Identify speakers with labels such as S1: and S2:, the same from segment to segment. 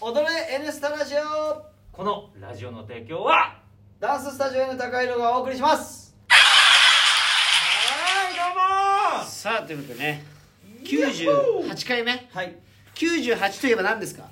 S1: 踊れ N スタラジオ
S2: このラジオの提供は
S1: ダンススタジオへの高いのがお送りします
S2: は
S3: さあということでね
S1: やっほー
S3: 98回目
S1: はい
S3: 98といえば何ですか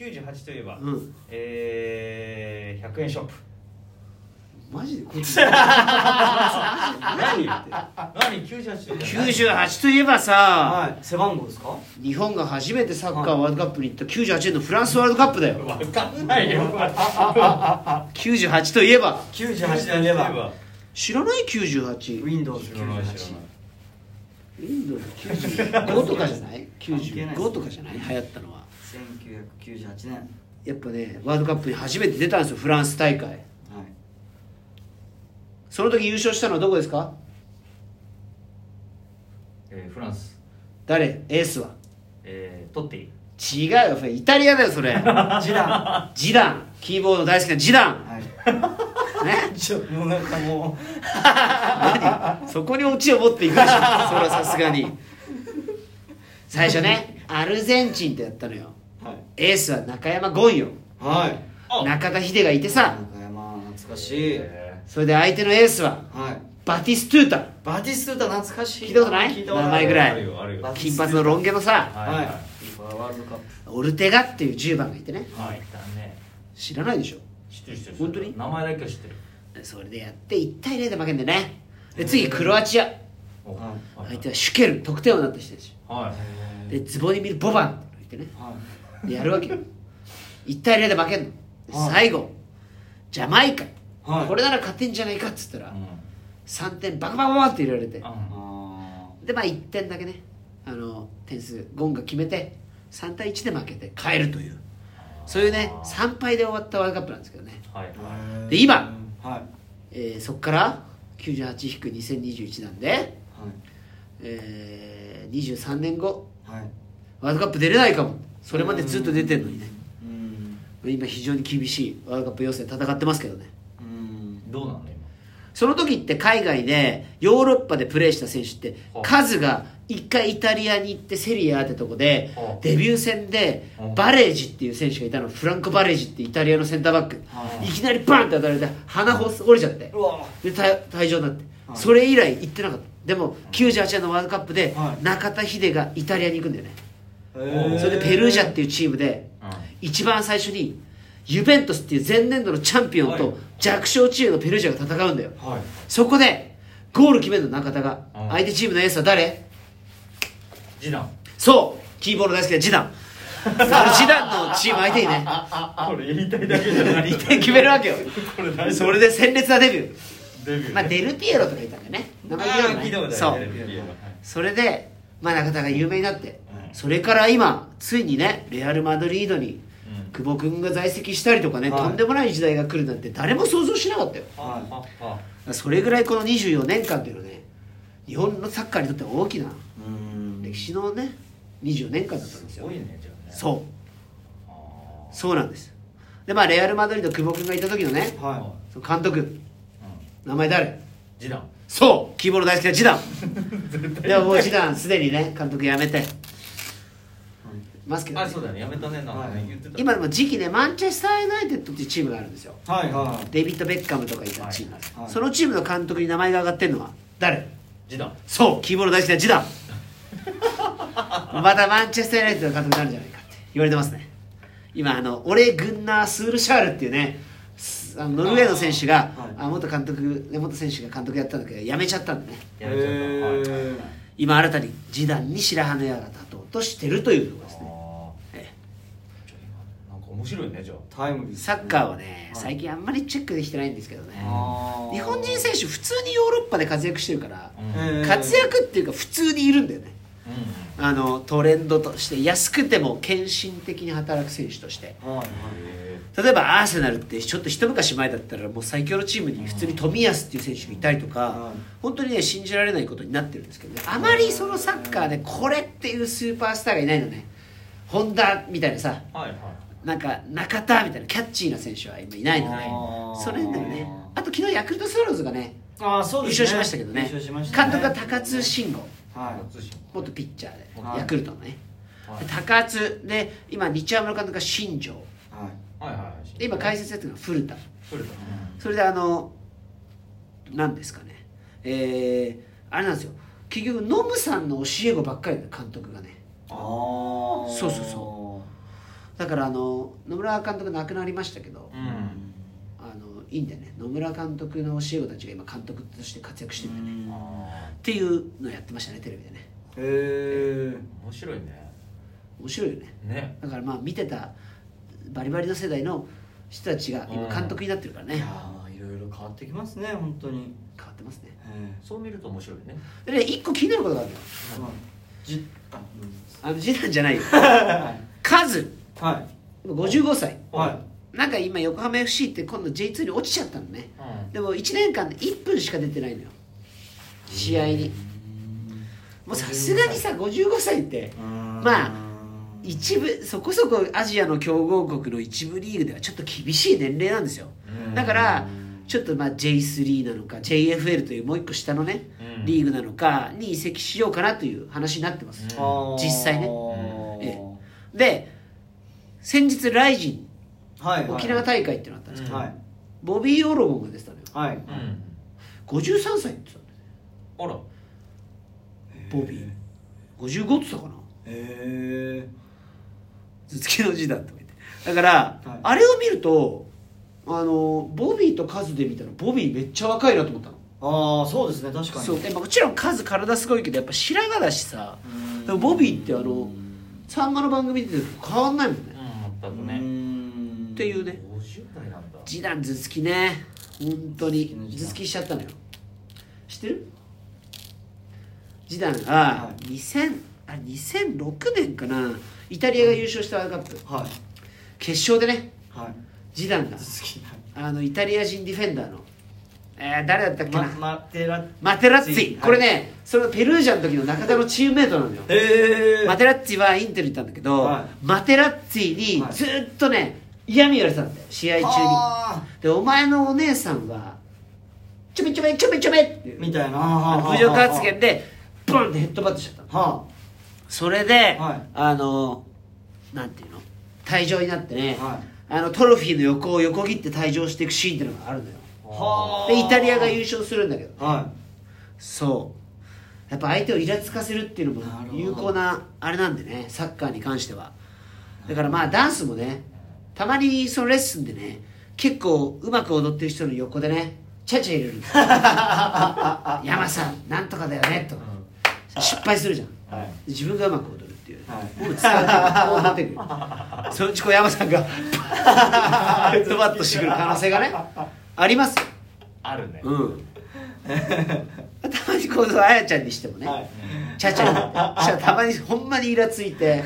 S2: どうも98といえば、
S3: うん
S2: えー、100円ショップ
S3: マジでこいつ
S2: 何言って何98といえば
S3: 98といえばさ
S1: はい背番号ですか
S3: 日本が初めてサッカーワールドカップに行った98年のフランスワールドカップだよ
S2: 分かんないよ
S3: 98といえば
S1: 98といえば
S3: 知らない
S2: 知
S3: 98Windows
S1: Windows
S2: らない知らない
S3: 95とかじゃない
S1: 関係ない
S3: 95とかじゃない流行ったのは
S1: 1998年はい
S3: やっぱねワールドカップに初めて出たんですよフランス大会その時優勝したのはどこですか
S2: えー、フランス、
S3: 誰エースは
S2: えー、トッティ
S3: 違うよそれイタリアだよそれ
S1: ジラ
S3: ジダンキーボード大好きなジダン
S1: はい
S3: ね
S1: ちょもうなんかもう
S3: そこにオチを持っていくでしょそれはさすがに最初ねアルゼンチンってやったのよ
S1: はい
S3: エースは中山ゴンよ
S1: はい
S2: あ
S3: 中田秀がいてさ
S1: 中山懐かしい
S2: え
S3: それで相手のエースは
S1: はい
S3: バティストゥータ
S1: バティストゥータ懐かしい
S3: 聞いたことない
S1: 聞いたこと
S3: 名前
S1: い
S3: ぐらい
S2: あるよあるよ
S1: バ
S3: 金髪のロン毛のさ
S2: はい
S1: は
S2: はいい
S1: ワールドカップ
S3: オルテガっていう10番がいてね
S2: はいだね
S3: 知らないでしょ
S2: 知ってる知ってる
S3: 本当に
S2: 名前だけは知ってる
S3: それでやって1対0で負けんでねで次クロアチア
S2: お
S1: はい
S2: はい
S3: 相手はシュケル得点王になった人でし
S2: はい
S3: ょでズボニミル・ボバンっていうのがいてね
S1: はい
S3: でやるわけよ1対0で負けんので
S1: はい
S3: 最後ジャマイカ、
S1: はい
S3: これなら勝てんじゃないかっつったら、
S2: うん
S3: 3点バカバカバカって入れられて
S1: あ
S3: でまあ1点だけねあの点数ゴンが決めて3対1で負けて帰るというそういうね3敗で終わったワールドカップなんですけどね、
S2: はい
S1: ー
S2: は
S1: へー
S3: で今
S1: はい
S3: えーそっから98-2021なんで、
S1: は
S3: えー23年後
S1: いはい
S3: ワールドカップ出れないかもそれまでずっと出てんのにね
S1: うん
S3: 今非常に厳しいワールドカップ予選戦ってますけどね
S1: うん
S2: いどうなんだ今
S3: その時って海外でヨーロッパでプレーした選手って
S2: はあ
S3: カズが一回イタリアに行ってセリアってとこで
S2: はあ
S3: デビュー戦で
S2: はあ
S3: バレージっていう選手がいたのフランコ・バレージってイタリアのセンターバック
S1: はい
S3: きなりバンって当たられて鼻ほ折れちゃって
S1: うわ
S3: で退退場になって
S1: はい
S3: それ以来行ってなかったでも98年のワールドカップで
S1: はい
S3: 中田秀がイタリアに行くんだよね
S2: へー
S3: それでペルージャっていうチームで
S2: う
S3: 一番最初にユベントスっていう前年度のチャンピオン
S2: は
S3: と
S2: い
S3: 弱小チームのペルージャが戦うんだよ
S1: はい
S3: そこでゴール決めるの中田が、
S2: うん
S3: 相手チームのエースは誰
S2: ん次男
S3: そうキーボール大好きなジダンそのジダンのチーム相手にね
S2: これやりたいだけじゃない
S3: 1点決めるわけよ
S2: これ大丈夫
S3: それで鮮烈なデビュ
S2: デビュー
S3: ー、まあ、デルピエロとかいたんだよね名前聞いたことないそうそれで、まあ、中田が有名になって、
S2: うん
S3: それから今ついにねレアル・マドリードに
S2: うん
S3: 久保君が在籍したりとかね、
S1: はい
S3: とんでもない時代が来るなんて誰も想像しなかったよ
S2: ああ
S3: それぐらいこの24年間っていうのはね日本のサッカーにとっては大きな
S1: うん
S3: 歴史のね24年間だったんです
S2: す
S3: よ
S2: ごいねじゃあねう
S3: そうそうなんですでまあレアル・マドリード久保君がいた時のね
S1: は
S3: その監督
S2: うん
S3: 名前誰
S2: 次男
S3: そうキーボード大好きなジダンでももうジダンすでにね監督辞めてますけど、
S2: あ
S3: ね、
S2: そうだねやめたねなんか
S1: は
S2: ね
S1: い
S2: 言ってた
S3: 今でも時期ねマンチェスター・ユナイテッドっていうチームがあるんですよ
S1: いはいは
S3: デイビッド・ベッカムとかいたチームなんです、
S1: はいはい
S3: そのチームの監督に名前が挙がってるのは誰
S2: 次男
S3: そうキーボード大好きなジダンまたマンチェスター・ユナイテッドの監督になるんじゃないかって言われてますね今あのオレ・グンナー・スールシャールっていうねすあのノルウェーの選手が
S1: あーはい
S3: あ元監督ね元選手が監督やったんだけど辞めちゃったんでね
S1: い
S2: やめちゃったはい
S1: へー
S3: 今新たに示談に白羽の矢が立とうとしてるというところです
S2: あ
S3: ねえ
S2: ーじゃあ今なんか面白いねじゃあ
S1: タイムリー
S3: え
S1: です
S3: サッカーはね、
S1: はい
S3: 最近あんまりチェックできてないんですけどね
S1: あー
S3: 日本人選手普通にヨーロッパで活躍してるから、
S2: うん
S1: えー
S3: 活躍っていうか普通にいるんだよね
S2: うんうん
S3: あのトレンドとして安くても献身的に働く選手として
S1: はいはい
S2: へ
S3: 例えばアーセナルってちょっと一昔前だったらもう最強のチームに普通に冨安っていう選手がいたりと
S1: は
S3: か
S1: い
S3: 本当にね信じられないことになってるんですけどねあまりそのサッカーでこれっていうスーパースターがいないのね本田みたいなさ
S2: ーはいはい
S3: なんか中田みたいなキャッチーな選手は今いないの
S2: あ
S3: ね
S1: ー
S3: その辺だよねあと昨日ヤクルトスワローズがね
S1: ああそ
S3: 優
S1: うですね
S3: 勝しましたけどね
S1: 優勝しました
S3: 監
S1: ね
S3: 督が高津慎吾
S1: は
S2: 初心
S3: 元ピッチャーで
S1: はい
S3: ヤクルトのね
S2: はい
S3: で高津で今日ハムの監督が新庄
S1: はい
S2: はいはい
S3: で今解説やってるのが古田
S2: 古田
S3: それであの何ですかねえー、あれなんですよ結局ノムさんの教え子ばっかりで監督がね
S1: ああ
S3: そうそうそだからあの野村監督亡くなりましたけど
S2: う
S1: うん
S3: あのいいんだよね野村監督の教え子たちが今監督として活躍してるんだよね
S1: ん
S3: っていうのやってましたねテレビでね
S1: へえ
S2: 面白いね
S3: 面白いよね
S2: ね
S3: だからまあ見てたバリバリの世代の人たちが今監督になってるからね、
S1: いや
S3: 変わ
S1: ーいろいろ変わってきますね本当に
S3: ってますね
S1: え
S2: そう見ると面白いね
S3: でね一個気になることがあるのよ
S1: えまあじあうん
S3: あの次男じゃない よ
S1: はい
S3: カズ
S1: はい
S3: 55歳
S1: は
S3: なんか今横浜 FC って今度 J2 に落ちちゃったのね
S2: うん
S3: でも1年間で1分しか出てないのよ試合にもうさすがにさ55歳ってまあ一部そこそこアジアの強豪国の一部リーグではちょっと厳しい年齢なんですよ
S2: うん
S3: だからちょっとまあ J3 なのか JFL というもう一個下のねリー
S2: グ
S3: グなのかに移籍しようかなという話になってます、
S2: うんあ
S3: 実際ね
S1: うん
S3: えで先日ライジン
S1: はいはい
S3: 沖縄大会っていうのがあったんですけど、
S1: はい
S3: ボビー・オロゴンが出てたのよ
S1: はい
S2: うん
S3: 53歳って言ってたの
S2: あら
S3: ボビー55って言ってたかな
S1: へえ
S3: 頭突きの字だとか言ってだから、
S1: はい
S3: あれを見るとあのボビーとカズで見たらボビーめっちゃ若いなと思ったの
S1: ああそうですね確かに
S3: そうでもちろんカズ体すごいけどやっぱ白髪だしさ
S1: うん
S3: でもボビーってあの
S1: うん
S3: さんまの番組出てると変わんないもん
S2: う
S3: ね
S2: ん全く
S1: う
S2: ね
S1: ん
S3: っていうね
S2: 50代なんだ
S3: 次男頭突きね本当に
S1: 頭突きの
S3: 頭
S1: 次男
S3: 突きしちゃったのよ知ってる次男
S1: は
S3: が2000あ2006年かなイタリアが優勝したワールドカップ
S1: はい
S3: 決勝でね
S1: はい
S3: 次男が
S1: 好き
S3: あのイタリア人ディフェンダーの、えー誰だったっけな、
S1: なまマテラ
S3: マテラッツ
S1: はい
S3: ィこれねそのペルージャの時の中田のチームメートなのよ
S1: ええ
S3: マテラッツィはインテルに行ったんだけど、
S1: はい
S3: マテラッツィに
S1: はい
S3: ずっとね嫌味言われてたんだよ試合中
S1: 中
S3: にでお前のお姉さんはちょめちょめちょめちょめっていう
S1: みたいな
S3: あの
S1: は
S3: 侮辱発言でブンってヘッドバットしちゃったの
S1: は
S3: それで、
S1: はい
S3: あのなんていうの退場になってね、
S1: は
S3: あのトロフィーの横を横切って退場していくシーンっていうのがあるのよ
S1: あはあ
S3: でイタリアが優勝するんだけど
S1: は
S3: そうやっぱ相手をイラつかせるっていうの
S1: なる
S3: も
S1: ほど
S3: 有効なあれなんでねサッカーに関してはだからまあダンスもねたまにそのレッスンでね結構うまく踊ってる人の横でねチャチャ入れる んですよ山さんなんとかだよねとか失敗するじゃん
S1: いはい
S3: 自分がうまく踊るっていう、
S1: はい
S3: もう伝わ ってくるもう踊ってくるそのうちこう山さんがヘッドバットしてくる可能性がねありますよ
S2: あるね
S3: うん、たまにこそあやちゃんにしてもね、
S1: はい
S3: ちゃちゃになってそしたらたまにほんまにイラついて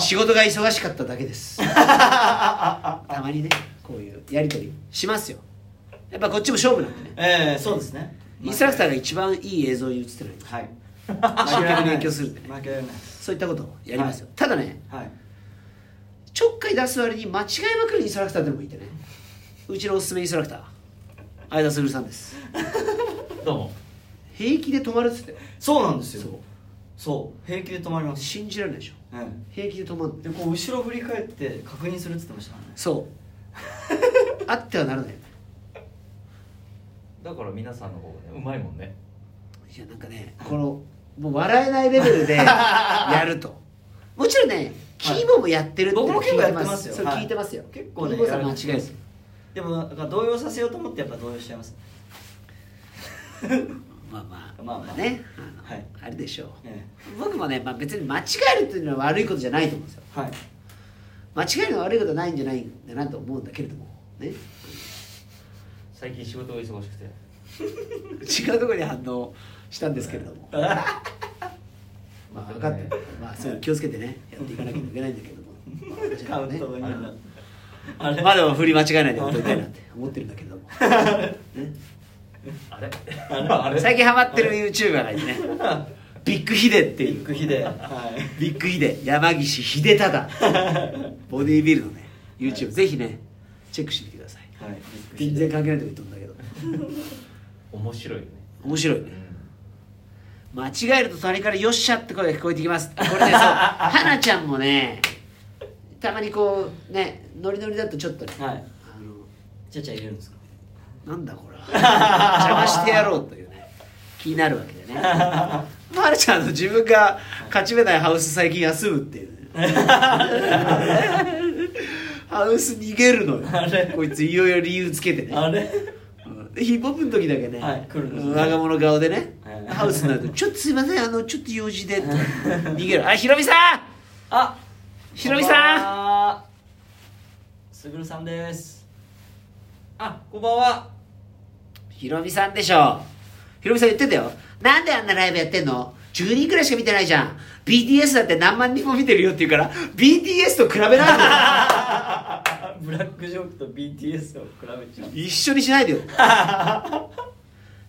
S3: 仕事が忙しかっただけですたまにねこういうやり取りしますよやっぱこっちも勝負なんでね
S1: ええそうですね
S3: インストラクターが一番いい映像に映ってない
S1: はい
S3: 集客に影響するんでね
S1: 負けられない
S3: そういったことをやりますよ、ただね
S1: はい
S3: ちょっかい出す割に間違いまくるインストラクターでもいてねうちのおすすめインストラクター相田卓さんです
S2: どうも
S3: 平気で止まるっつって
S1: そうなんですよ
S3: そう
S1: そう平気で止まります
S3: 信じられないでしょ
S1: え
S3: 平気で止まん
S1: え
S3: の
S1: でこう後ろ振り返って確認するって言ってましたからね
S3: そうあってはならないよね
S2: だから皆さんの方がねうまいもんね
S3: いやなんかねこのもう笑えないレベルでやるともちろんねキーボもやってるって
S1: 僕も結構やってますよ
S3: それ聞いてますよ、
S1: はい結構ね
S3: キーボさん
S1: や
S3: 間
S1: られ
S3: 違
S1: て
S3: い
S1: ま
S3: ですす
S1: でもなんか動揺させようと思ってやっぱ動揺しちゃいます
S3: まあまあ
S1: ま
S3: ま
S1: あ
S3: あ
S1: まあ
S3: ねあの、
S1: はい
S3: あれでしょう
S1: え
S3: 僕もね、まあ、別に間違えるっていうのは悪いことじゃないと思うんですよ
S1: えはい
S3: 間違えるのは悪いことはないんじゃないんだなと思うんだけれどもね
S2: 最近仕事が忙しくて
S3: 違うところに反応したんですけれども まあ分かってるまあそういうの気をつけてねやっていかなきゃいけないんだけれども
S1: カウントが
S3: まあ
S1: 2
S3: ね
S1: だあれ
S3: まあでも振り間違えないでおいたいなって思ってるんだけれ ども
S2: あれ あれ
S3: 最近ハマってる YouTuber がいてねビッグヒデって
S1: ビ
S3: い
S1: ッ
S3: う
S1: グヒデはい
S3: ビッグヒデ山岸秀忠ボディービルのね YouTube ぜひねチェックしてみてください
S1: はいビ
S3: 全
S1: ッグヒデ
S3: 然関係ないとこ言っとんだけど
S2: 面白いよね
S3: 面白いね
S2: うん
S3: 間違えると隣から「よっしゃ」って声が聞こえてきますこれね そう花ちゃんもねたまにこうねノリノリだとちょっとね、
S1: は
S3: あ
S1: い
S3: の
S1: ちゃちゃ入れるん ですか
S3: なんだこれは邪魔してやろうというね気になるわけでね花ちゃんの自分が勝ち目ないハウス最近休むっていうねハウス逃げるの
S1: あれ
S3: よこいついよいよ理由つけてね
S1: あれ
S3: うんヒップホップの時だけね、
S1: はい来るんですね
S3: 若者顔でね、
S1: はい
S3: ハウスになると「ちょっとすいませんあのちょっと用事で」と逃げる「あひろみさん
S1: あ
S3: ひろみさん
S1: んすぐるさんです
S2: あこんばんは
S3: ひろみさんでしょ」ひろみさん言ってたよ「なんであんなライブやってんの ?10 人くらいしか見てないじゃん BTS だって何万人も見てるよ」って言うから BTS と比べないでよ
S1: あブラックジョークと BTS を比べちゃう
S3: 一緒にしないでよ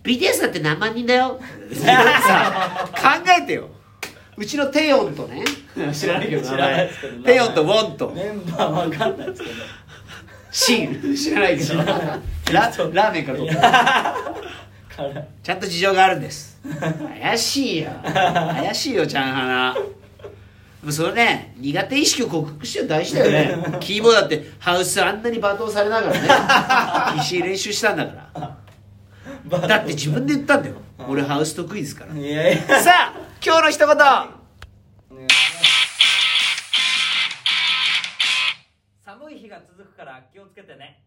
S3: BTS だって何万人だ よさ考えてようちのテヨンとね知らないけど名
S1: 知らない
S3: 前
S1: ですけど名前
S3: テヨンとウォンと
S1: メンバーわかんないですけど
S3: シン知らないけどララーメンから取った
S1: から
S3: ちゃんと事情があるんです怪しいよ怪しいよちゃんはなでもそれね苦手意識を克服してるの大事だよねキーボードだってハウスあんなに罵倒されながらね必死に練習したんだからだって自分で言ったんだよ俺ハウス得意ですから
S1: いやいや
S3: さあ今日の一言
S1: お願いします
S2: 寒い日が続くから気をつけてね